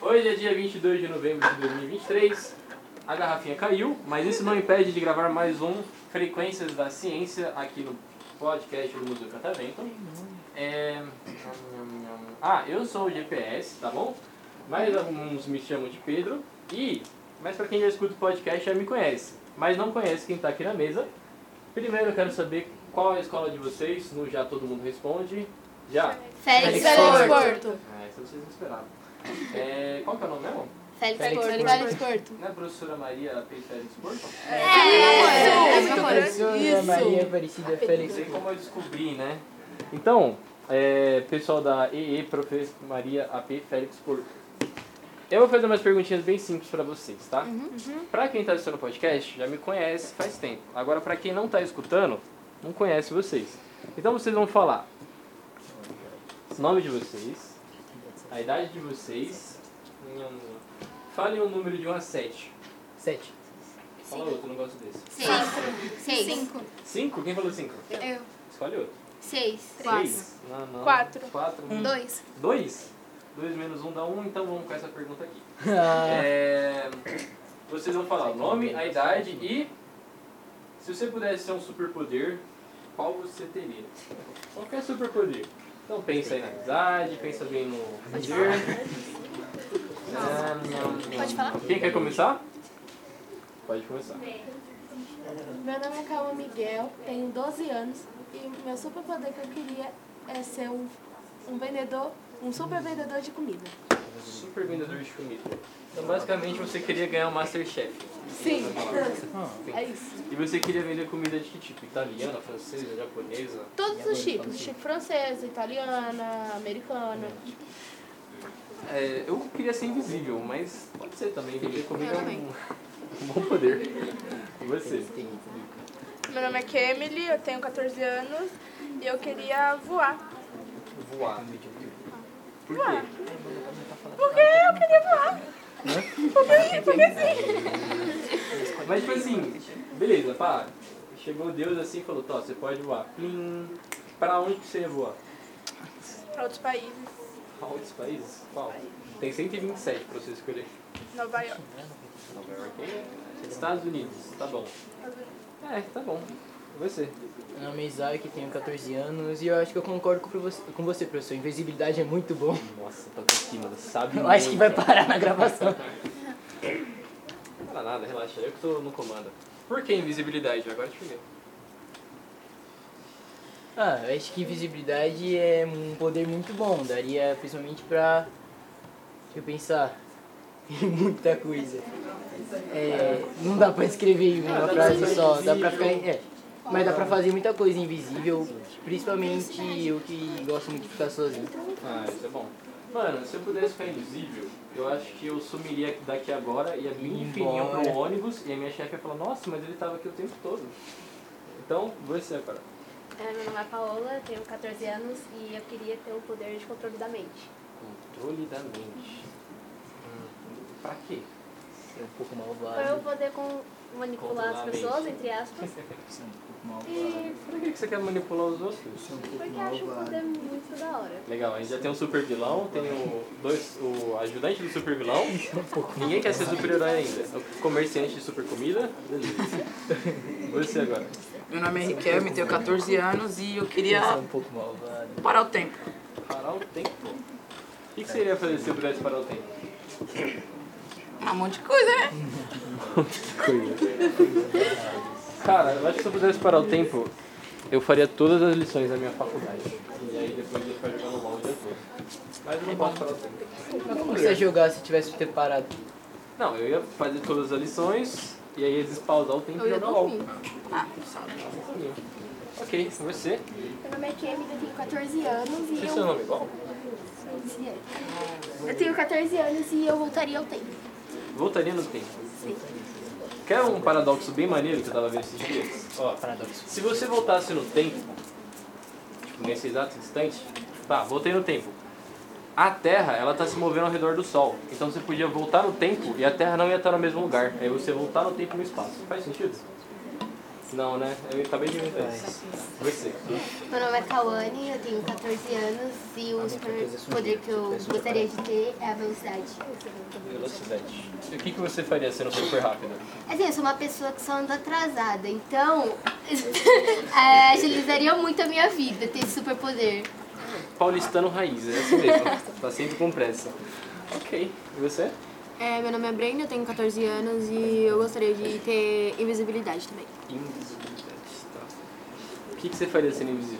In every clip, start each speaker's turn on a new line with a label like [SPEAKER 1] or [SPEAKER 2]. [SPEAKER 1] Hoje é dia 22 de novembro de 2023. A garrafinha caiu, mas isso não impede de gravar mais um Frequências da Ciência aqui no podcast do Museu Catavento. É... Ah, eu sou o GPS, tá bom? Mas alguns me chamam de Pedro. E, mas pra quem já escuta o podcast já me conhece, mas não conhece quem tá aqui na mesa. Primeiro eu quero saber qual é a escola de vocês, no Já Todo Mundo Responde. Já.
[SPEAKER 2] É,
[SPEAKER 3] Félix,
[SPEAKER 4] Félix
[SPEAKER 3] Porto.
[SPEAKER 4] Porto.
[SPEAKER 1] Ah, essa vocês não esperavam. É, qual que é o nome mesmo?
[SPEAKER 3] Félix,
[SPEAKER 1] Félix
[SPEAKER 3] Porto.
[SPEAKER 1] Porto.
[SPEAKER 4] Félix Porto.
[SPEAKER 1] Não é a professora Maria Félix Porto?
[SPEAKER 4] É,
[SPEAKER 3] isso.
[SPEAKER 5] Professora
[SPEAKER 4] Isso.
[SPEAKER 5] Maria Aparecida
[SPEAKER 1] Não
[SPEAKER 5] Félix.
[SPEAKER 1] sei como eu descobri, né? Então, é, pessoal da EE, Profe. Maria AP Félix Porto. Eu vou fazer umas perguntinhas bem simples pra vocês, tá? Pra quem tá assistindo o podcast, já me conhece faz tempo. Agora, pra quem não tá escutando, não conhece vocês. Então, vocês vão falar o nome de vocês, a idade de vocês. Falem o um número de 1 a 7.
[SPEAKER 5] Sete.
[SPEAKER 1] Fala outro, eu não gosto desse.
[SPEAKER 3] Seis. Seis.
[SPEAKER 4] Cinco.
[SPEAKER 1] 5? Quem falou 5?
[SPEAKER 4] Eu.
[SPEAKER 1] Escolhe outro.
[SPEAKER 3] Seis.
[SPEAKER 1] Seis? Não, não.
[SPEAKER 4] Quatro. Hum.
[SPEAKER 1] Quatro.
[SPEAKER 4] Dois.
[SPEAKER 1] Dois? Dois menos um dá um, então vamos com essa pergunta aqui.
[SPEAKER 5] Ah,
[SPEAKER 1] É, vocês vão falar o nome, a idade e se você pudesse ser um superpoder, qual você teria? Qualquer superpoder. Então pensa aí na amizade, pensa bem no poder.
[SPEAKER 4] Pode falar?
[SPEAKER 1] Quem quer começar? Pode começar.
[SPEAKER 2] Meu nome é Calma Miguel, tenho 12 anos e meu super poder que eu queria é ser um, um vendedor, um super vendedor de comida.
[SPEAKER 1] Super vendedor de comida. Então basicamente você queria ganhar o um Masterchef.
[SPEAKER 2] Sim,
[SPEAKER 1] Sim.
[SPEAKER 2] é isso.
[SPEAKER 1] E você queria vender comida de que tipo? Italiana, francesa, japonesa?
[SPEAKER 2] Todos os tipos, tipo francesa, italiana, americana.
[SPEAKER 1] É, eu queria ser invisível, mas pode ser também. Vender comida é um, um bom poder. E você?
[SPEAKER 5] tem-
[SPEAKER 4] Meu nome é Kemily, eu tenho 14 anos e eu queria voar.
[SPEAKER 1] Voar. Por quê?
[SPEAKER 4] Porque eu queria voar. Porque, porque sim.
[SPEAKER 1] Mas tipo assim, beleza, pá. Chegou Deus assim e falou, Tó, você pode voar. Plim. Pra onde que você ia voar?
[SPEAKER 4] Pra outros países.
[SPEAKER 1] Pra outros países? Qual? Tem 127 pra você escolher.
[SPEAKER 4] Nova York.
[SPEAKER 1] Nova York é- Estados Unidos, tá bom. É, tá bom. E você?
[SPEAKER 5] Meu nome é Isaac, tenho 14 anos e eu acho que eu concordo com você, com você professor. Invisibilidade é muito bom.
[SPEAKER 1] Nossa, tá aqui, mano. Sabe
[SPEAKER 5] Eu acho que vai
[SPEAKER 1] muito.
[SPEAKER 5] parar na gravação.
[SPEAKER 1] Não dá nada, relaxa. Eu que tô no comando. Por que invisibilidade? Agora te peguei.
[SPEAKER 5] Ah, eu acho que invisibilidade é um poder muito bom. Daria principalmente pra. Deixa eu pensar. Tem muita coisa. É, não dá pra escrever em
[SPEAKER 1] Ah,
[SPEAKER 5] uma
[SPEAKER 1] dá pra
[SPEAKER 5] frase
[SPEAKER 1] ser
[SPEAKER 5] só, dá pra
[SPEAKER 1] invisível.
[SPEAKER 5] ficar. em- É. Mas dá pra fazer muita coisa invisível, principalmente eu que gosto muito de ficar sozinho.
[SPEAKER 1] Ah, isso é bom. Mano, se eu pudesse ficar invisível, eu acho que eu sumiria daqui agora e a minha infininha
[SPEAKER 5] Embora.
[SPEAKER 1] pro ônibus e a minha chefe ia falar, nossa, mas ele tava aqui o tempo todo. Então, você agora.
[SPEAKER 6] Meu nome é Paola, eu tenho 14 anos e eu queria ter o poder de controle da mente.
[SPEAKER 1] Controle da mente. Hum, pra quê?
[SPEAKER 5] É um pouco
[SPEAKER 6] Para Então, eu
[SPEAKER 5] malvado.
[SPEAKER 6] poder com- manipular
[SPEAKER 1] Controlar a
[SPEAKER 6] as pessoas,
[SPEAKER 1] mente.
[SPEAKER 6] entre aspas,
[SPEAKER 5] Sim, um pouco malvado.
[SPEAKER 6] e
[SPEAKER 1] Pra que que você quer manipular os outros?
[SPEAKER 5] Sim, um pouco
[SPEAKER 6] porque acho um
[SPEAKER 5] malvado.
[SPEAKER 6] poder muito da hora.
[SPEAKER 1] Legal, a gente já tem um super vilão, tem o, dois, o ajudante do super vilão. Ninguém quer ser super herói ainda. É O comerciante de super comida. Beleza. Você agora.
[SPEAKER 7] Meu nome é Riquelme, tenho 14 anos e eu queria
[SPEAKER 5] Sim, um pouco malvado.
[SPEAKER 7] parar o tempo.
[SPEAKER 1] Parar o tempo. O que, que você iria fazer se eu pudesse parar o tempo?
[SPEAKER 7] Um monte de coisa, né?
[SPEAKER 1] Cara, eu acho que se eu pudesse parar o tempo, eu faria todas as lições da minha faculdade. E aí depois eu ficar jogando mal o dia todo. Mas eu não posso parar o tempo.
[SPEAKER 5] Mas como você ia jogar se tivesse ter parado?
[SPEAKER 1] Não, eu ia fazer todas as lições e aí eles pausar o tempo e jogar LOL.
[SPEAKER 7] Ah, sabe.
[SPEAKER 1] Ok, você?
[SPEAKER 2] Meu nome é Kemi, eu tenho 14 anos
[SPEAKER 1] Esse é seu nome igual?
[SPEAKER 2] eu tenho 14 anos e eu voltaria ao tempo.
[SPEAKER 1] Voltaria no tempo. Quer um paradoxo bem maneiro que eu tava vendo esses dias? Ó,
[SPEAKER 5] Paradoxo.
[SPEAKER 1] se você voltasse no tempo, tipo, nesse exato instante, tá, voltei no tempo. a Terra, ela tá se movendo ao redor do Sol. Então você podia voltar no tempo e a Terra não ia estar no mesmo lugar. Aí você voltar no tempo e no espaço. Faz sentido? Não, né? Eu acabei de inventar isso. Você.
[SPEAKER 3] Meu nome é Kawane, eu tenho 14 anos e o super poder que eu gostaria de ter é a velocidade.
[SPEAKER 1] Velocidade. E o que, que você faria sendo super rápida?
[SPEAKER 3] Assim, eu sou uma pessoa que só anda atrasada, então é, agilizaria muito a minha vida ter esse super poder.
[SPEAKER 1] Paulistano raiz, é assim mesmo. tá sempre com pressa. Ok. E você?
[SPEAKER 8] É, meu nome é Brenda, eu tenho 14 anos e eu gostaria de ter invisibilidade também.
[SPEAKER 1] Invisibilidade. Tá. O que, que você faria sendo invisível?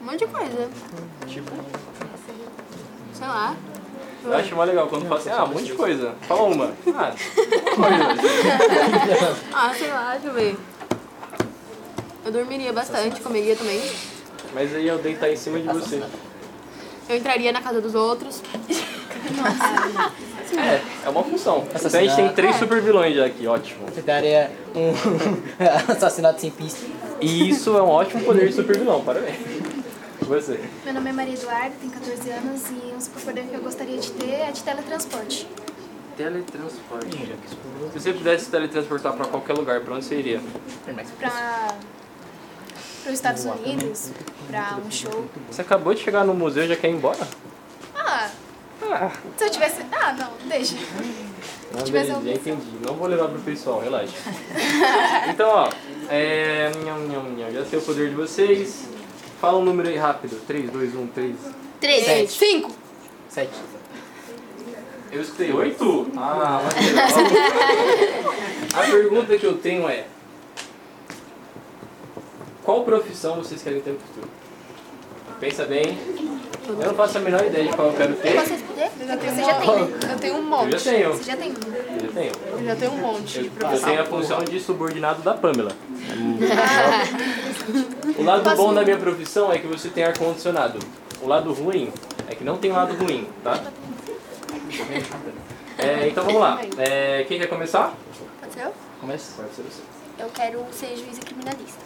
[SPEAKER 8] Um monte de coisa.
[SPEAKER 1] Tipo,
[SPEAKER 8] Sei lá.
[SPEAKER 1] eu acho mais legal quando fala assim, ah, um monte de coisa. Fala uma. assim. Ah, coisa.
[SPEAKER 8] Ah, sei lá, deixa eu ver. Eu dormiria bastante, comeria também.
[SPEAKER 1] Mas aí eu deitar em cima de você.
[SPEAKER 8] Eu entraria na casa dos outros.
[SPEAKER 1] É, é uma função. Então a gente
[SPEAKER 5] Assassinato.
[SPEAKER 1] tem três super vilões já aqui, ótimo.
[SPEAKER 5] Você daria um assassinato sem pista.
[SPEAKER 1] E isso é um ótimo poder de super vilão, parabéns. Você.
[SPEAKER 9] Meu nome é Maria Eduarda, tenho 14 anos e um superpoder que eu gostaria de ter é de teletransporte.
[SPEAKER 1] Teletransporte. Se você pudesse teletransportar pra qualquer lugar, pra onde você iria?
[SPEAKER 9] Para os Estados Unidos, para um show.
[SPEAKER 1] Você acabou de chegar no museu e já quer ir embora?
[SPEAKER 9] Ah, se eu tivesse... Ah, não, deixa.
[SPEAKER 1] Não, beleza,
[SPEAKER 9] Tivesse
[SPEAKER 1] já
[SPEAKER 9] algum-
[SPEAKER 1] entendi. Não vou levar pro pessoal, relaxa. então, ó. É... nham, nham, nham, Já sei o poder de vocês. Fala um número aí rápido. um, 3, 2, 1, 3.
[SPEAKER 3] 13.
[SPEAKER 5] Sete.
[SPEAKER 8] É, Cinco!
[SPEAKER 5] Sete.
[SPEAKER 1] Eu escutei 8? Ah, mas A pergunta que eu tenho é: Qual profissão vocês querem ter no futuro? Pensa bem. Eu não faço a menor ideia de qual eu quero ter. Eu
[SPEAKER 9] Você já tem, né?
[SPEAKER 4] Eu tenho um monte.
[SPEAKER 1] já tenho.
[SPEAKER 9] Você já tem.
[SPEAKER 1] Eu já tenho.
[SPEAKER 4] um. Eu já tenho um monte de
[SPEAKER 1] Eu
[SPEAKER 4] profissão.
[SPEAKER 1] tenho a função de subordinado da Pamela. O lado bom da minha profissão é que você tem ar-condicionado. O lado ruim é que não tem lado ruim, tá? É, então vamos lá. É, quem quer começar?
[SPEAKER 3] Pode ser eu?
[SPEAKER 5] Começa.
[SPEAKER 1] Pode ser você.
[SPEAKER 3] Eu quero ser juíza criminalista.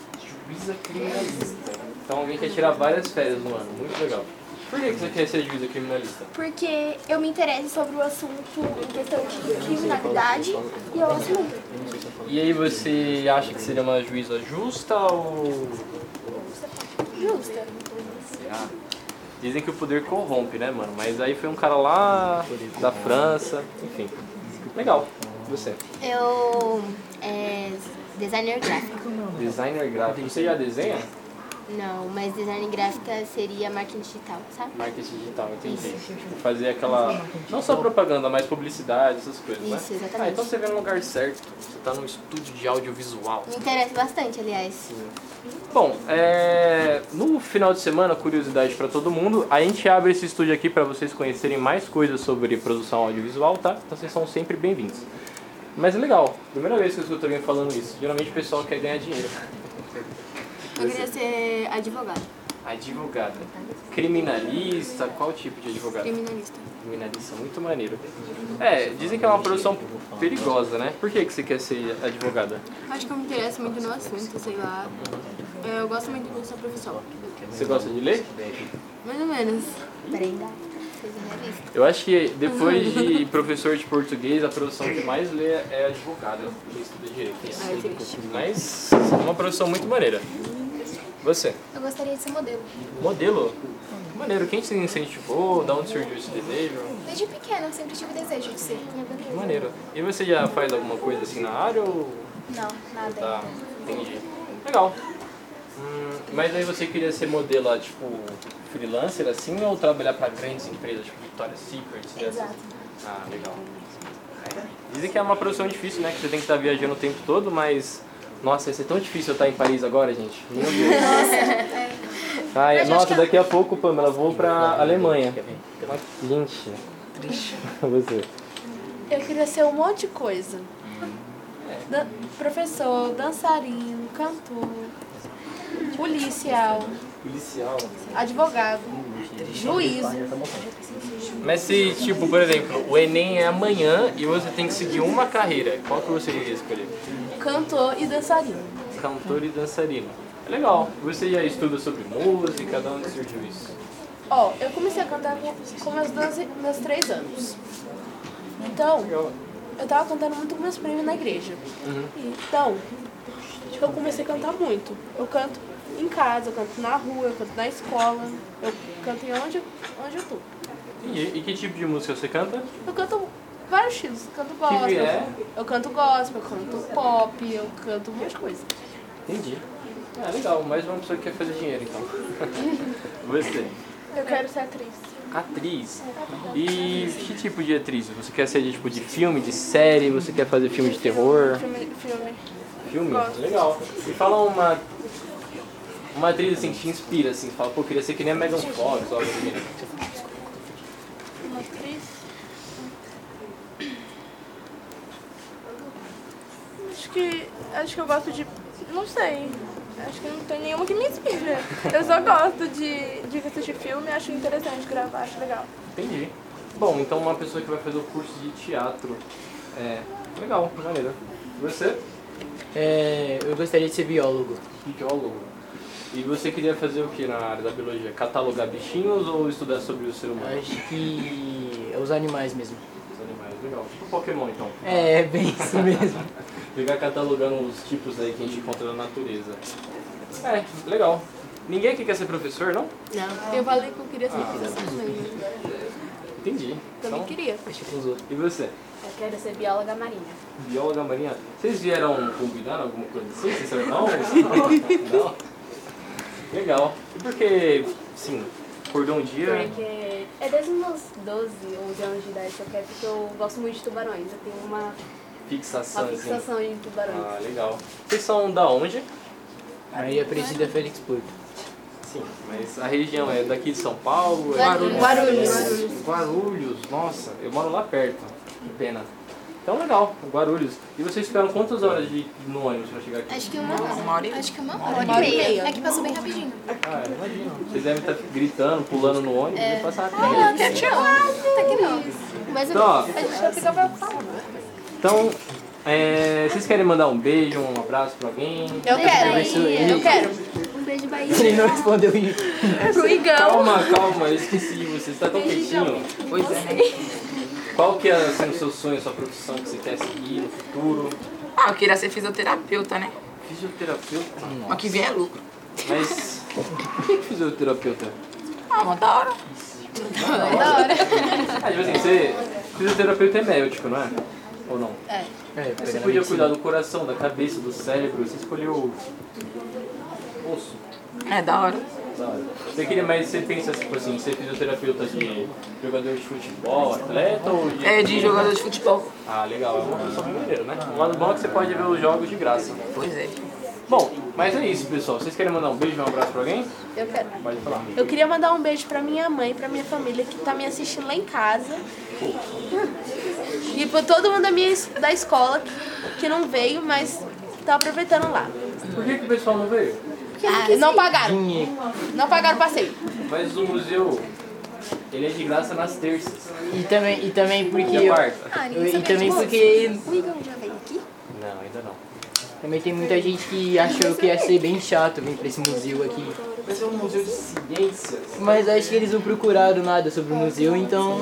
[SPEAKER 1] Juíza criminalista. Então alguém quer tirar várias férias no ano. Muito legal. Por que que você quer ser juíza criminalista?
[SPEAKER 9] Porque eu me interesso sobre o assunto em questão de criminalidade e eu assumo.
[SPEAKER 1] E aí você acha que seria uma juíza justa ou.
[SPEAKER 9] Justa.
[SPEAKER 1] Será? Dizem que o poder corrompe, né, mano? Mas aí foi um cara lá da França, enfim. Legal. Você.
[SPEAKER 3] Eu. É, designer gráfico.
[SPEAKER 1] Designer gráfico. Você já desenha?
[SPEAKER 3] Não, mas design gráfica seria marketing digital, sabe?
[SPEAKER 1] Marketing digital, entendi. Fazer aquela. Não só propaganda, mas publicidade, essas coisas, né?
[SPEAKER 3] Isso, exatamente.
[SPEAKER 1] Ah, então você vem no lugar certo. Você tá num estúdio de audiovisual.
[SPEAKER 3] Me interessa bastante, aliás.
[SPEAKER 1] Bom, é, no final de semana, curiosidade pra todo mundo, a gente abre esse estúdio aqui pra vocês conhecerem mais coisas sobre produção audiovisual, tá? Então vocês são sempre bem-vindos. Mas é legal, primeira vez que eu escuto alguém falando isso. Geralmente o pessoal quer ganhar dinheiro.
[SPEAKER 8] Eu
[SPEAKER 1] é.
[SPEAKER 8] queria ser advogado,
[SPEAKER 1] Advogada. Criminalista, qual tipo de advogado?
[SPEAKER 8] criminalista.
[SPEAKER 1] Criminalista, muito maneiro. É, dizem que é uma produção perigosa, né? Por que, que você quer ser advogada?
[SPEAKER 8] Acho que eu me interesso muito no assunto, sei lá. É, Eu gosto muito dessa profissão.
[SPEAKER 1] Você gosta de ler?
[SPEAKER 8] Mais ou menos.
[SPEAKER 3] Brenda, seja realista.
[SPEAKER 1] Eu acho que depois de professor de português, a profissão que mais lê é advogado. que estuda direito.
[SPEAKER 8] Ah, é triste.
[SPEAKER 1] Mas é uma profissão muito maneira. Você,
[SPEAKER 9] Eu gostaria de ser modelo.
[SPEAKER 1] modelo? Maneiro, quem te incentivou? Da onde surgiu esse desejo?
[SPEAKER 9] Desde pequena eu sempre tive desejo de ser.
[SPEAKER 1] Maneiro. E você já faz alguma coisa assim na área ou
[SPEAKER 9] Não, nada.
[SPEAKER 1] tá? Entendi. Legal. Hum, mas aí você queria ser modelo, tipo, freelancer assim ou trabalhar para grandes empresas, tipo Victoria's Secret? dessas?
[SPEAKER 9] Exato.
[SPEAKER 1] Ah, legal. É. Dizem que é uma profissão difícil, né? Que você tem que estar viajando o tempo todo, mas. Nossa, ia ser tão difícil eu estar em Paris agora, gente. Meu Deus.
[SPEAKER 9] É,
[SPEAKER 1] Ai,
[SPEAKER 9] Mas eu acho
[SPEAKER 1] nossa,
[SPEAKER 9] que- é
[SPEAKER 1] daqui a pouco, Pamela, vou pra Alemanha. Gente. Você.
[SPEAKER 2] Eu queria ser um monte de coisa. Dan- professor, dançarino, cantor, policial,
[SPEAKER 1] Policial.
[SPEAKER 2] advogado, juiz.
[SPEAKER 1] Mas se, tipo, por exemplo, o Enem é amanhã e você tem que seguir uma carreira, qual que você iria escolher?
[SPEAKER 2] cantor e dançarino.
[SPEAKER 1] Cantor e dançarino. É legal. Você já estuda sobre música, de onde surgiu isso?
[SPEAKER 2] Ó, eu comecei a cantar com, com meus, 12, meus 3 anos. Então, eu tava cantando muito com meus primos na igreja. Então, tipo, eu comecei a cantar muito. Eu canto em casa, eu canto na rua, eu canto na escola, eu canto em onde, onde eu tô.
[SPEAKER 1] E, e que tipo de música você canta?
[SPEAKER 2] Eu canto vários estilos, eu canto gospel,
[SPEAKER 1] vier.
[SPEAKER 2] eu canto gospel, eu canto pop, eu canto um monte de coisa.
[SPEAKER 1] Entendi. Ah, legal, mais uma pessoa que quer fazer dinheiro então. você,
[SPEAKER 4] Eu quero ser atriz.
[SPEAKER 1] atriz. E que tipo de atriz? Você quer ser de tipo de filme, de série? Você quer fazer filme de terror?
[SPEAKER 4] Filme. filme.
[SPEAKER 1] Filme?
[SPEAKER 4] Gosto.
[SPEAKER 1] Legal. E fala uma. Uma atriz assim que te inspira, assim, que fala, pô, eu queria ser que nem a Megan Fox, ou algo assim.
[SPEAKER 4] Uma atriz. Acho que. Acho que eu gosto de. Não sei. Acho que não tem nenhuma que me inspira. Eu só gosto de, de assistir filme, acho interessante gravar, acho legal.
[SPEAKER 1] Entendi. Bom, então uma pessoa que vai fazer o curso de teatro. É. Legal, maneiro. Você?
[SPEAKER 5] É, eu gostaria de ser biólogo.
[SPEAKER 1] Biólogo. E você queria fazer o que na área da biologia? Catalogar bichinhos ou estudar sobre o ser
[SPEAKER 5] Eu
[SPEAKER 1] humano?
[SPEAKER 5] Acho que é os animais mesmo.
[SPEAKER 1] Os animais, legal. Tipo Pokémon então.
[SPEAKER 5] É, é bem isso mesmo.
[SPEAKER 1] Ficar catalogando os tipos aí que a gente encontra na natureza. É, legal. Ninguém aqui quer ser professor, não?
[SPEAKER 8] Não, eu falei que eu queria ser
[SPEAKER 1] Ah.
[SPEAKER 8] filha também.
[SPEAKER 1] Entendi.
[SPEAKER 8] Também
[SPEAKER 1] Então,
[SPEAKER 8] queria.
[SPEAKER 5] Acho que os outros.
[SPEAKER 1] e você?
[SPEAKER 6] Eu quero ser bióloga marinha.
[SPEAKER 1] Bióloga marinha. Vocês vieram combinar alguma coisa assim? Vocês disseram não? Não? Legal. E por que, sim, acordou um dia...
[SPEAKER 6] Porque é desde os meus 12 ou 11 anos de idade que eu quero, porque eu gosto muito de tubarões. Eu tenho uma,
[SPEAKER 1] Fixação,
[SPEAKER 6] uma
[SPEAKER 1] assim.
[SPEAKER 6] fixação em tubarões.
[SPEAKER 1] Ah, legal. Vocês são da onde?
[SPEAKER 5] Maria Aparecida Félix Porto.
[SPEAKER 1] Sim, mas a região é daqui de São Paulo? é-
[SPEAKER 3] Guarulhos.
[SPEAKER 1] Guarulhos. Guarulhos, nossa, eu moro lá perto. Que pena. Então legal, Guarulhos. E vocês ficaram quantas horas de, no ônibus pra chegar aqui?
[SPEAKER 3] Acho que uma hora.
[SPEAKER 7] Uma hora e
[SPEAKER 3] Acho que uma hora e meia. É que passou bem rapidinho.
[SPEAKER 1] Ah, eu imagino. Vocês devem estar gritando, pulando no ônibus
[SPEAKER 3] É.
[SPEAKER 1] e passar a
[SPEAKER 9] Tá
[SPEAKER 3] Até que não. Mas eu
[SPEAKER 1] Então, ó,
[SPEAKER 3] a gente vai ficar preocupado.
[SPEAKER 1] então é, vocês querem mandar um beijo, um abraço pra alguém?
[SPEAKER 8] Eu quero. Eu quero.
[SPEAKER 3] Um beijo, Bahia.
[SPEAKER 5] Ele não respondeu isso.
[SPEAKER 4] Pro Igão.
[SPEAKER 1] Calma, calma, eu esqueci de você, você tá tão quietinho.
[SPEAKER 7] Pois é, né?
[SPEAKER 1] Qual que é assim, o seu sonho, a sua profissão que você quer seguir no futuro?
[SPEAKER 7] Ah, eu queria ser fisioterapeuta, né?
[SPEAKER 1] Fisioterapeuta?
[SPEAKER 7] Mas que vier é lucro.
[SPEAKER 1] Mas por que que fisioterapeuta?
[SPEAKER 7] Ah, mó da hora.
[SPEAKER 1] Ah, tipo assim, você. Fisioterapeuta é médico, não é? Ou não?
[SPEAKER 5] É,
[SPEAKER 1] Você
[SPEAKER 5] pega na
[SPEAKER 1] podia
[SPEAKER 5] medicina.
[SPEAKER 1] cuidar do coração, da cabeça, do cérebro, você escolheu o osso.
[SPEAKER 7] É da hora.
[SPEAKER 1] da hora. Você queria mais, você pensa tipo assim, ser fisioterapeuta de jogador de futebol, atleta ou de.
[SPEAKER 7] É de jogador de futebol.
[SPEAKER 1] Ah, legal, é uma profissão bem maneira, né? O lado bom é que você pode ver os jogos de graça.
[SPEAKER 7] Pois é.
[SPEAKER 1] Bom, mas é isso, pessoal. Vocês querem mandar um beijo, um abraço pra alguém?
[SPEAKER 2] Eu quero.
[SPEAKER 1] Pode falar.
[SPEAKER 2] Eu queria mandar um beijo pra minha mãe, pra minha família que tá me assistindo lá em casa. E pra todo mundo da, minha, es- da escola que, que não veio, mas tá aproveitando lá.
[SPEAKER 1] Por que, que o pessoal não veio?
[SPEAKER 2] Ah, não pagaram.
[SPEAKER 5] Dinheiro.
[SPEAKER 2] Não pagaram o passeio.
[SPEAKER 1] Mas o museu, ele é de graça nas terças.
[SPEAKER 5] E também, e também porque
[SPEAKER 1] E a
[SPEAKER 5] eu,
[SPEAKER 1] quarta?
[SPEAKER 5] eu- e também porque
[SPEAKER 3] O Igor já veio aqui?
[SPEAKER 1] Não, ainda não.
[SPEAKER 5] também tem muita gente que achou que ia ser bem chato vir pra esse museu aqui.
[SPEAKER 1] Mas é um museu de ciências.
[SPEAKER 5] Mas acho que eles não procuraram nada sobre o museu, então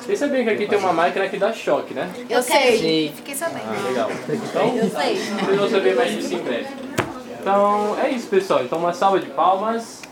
[SPEAKER 1] Vocês sabiam que aqui tem uma máquina que dá choque, né?
[SPEAKER 8] Eu sei.
[SPEAKER 5] sei.
[SPEAKER 3] Fiquei sabendo.
[SPEAKER 1] Legal. Então, vocês vão saber mais disso em breve. Então, é isso, pessoal. Então, uma salva de palmas.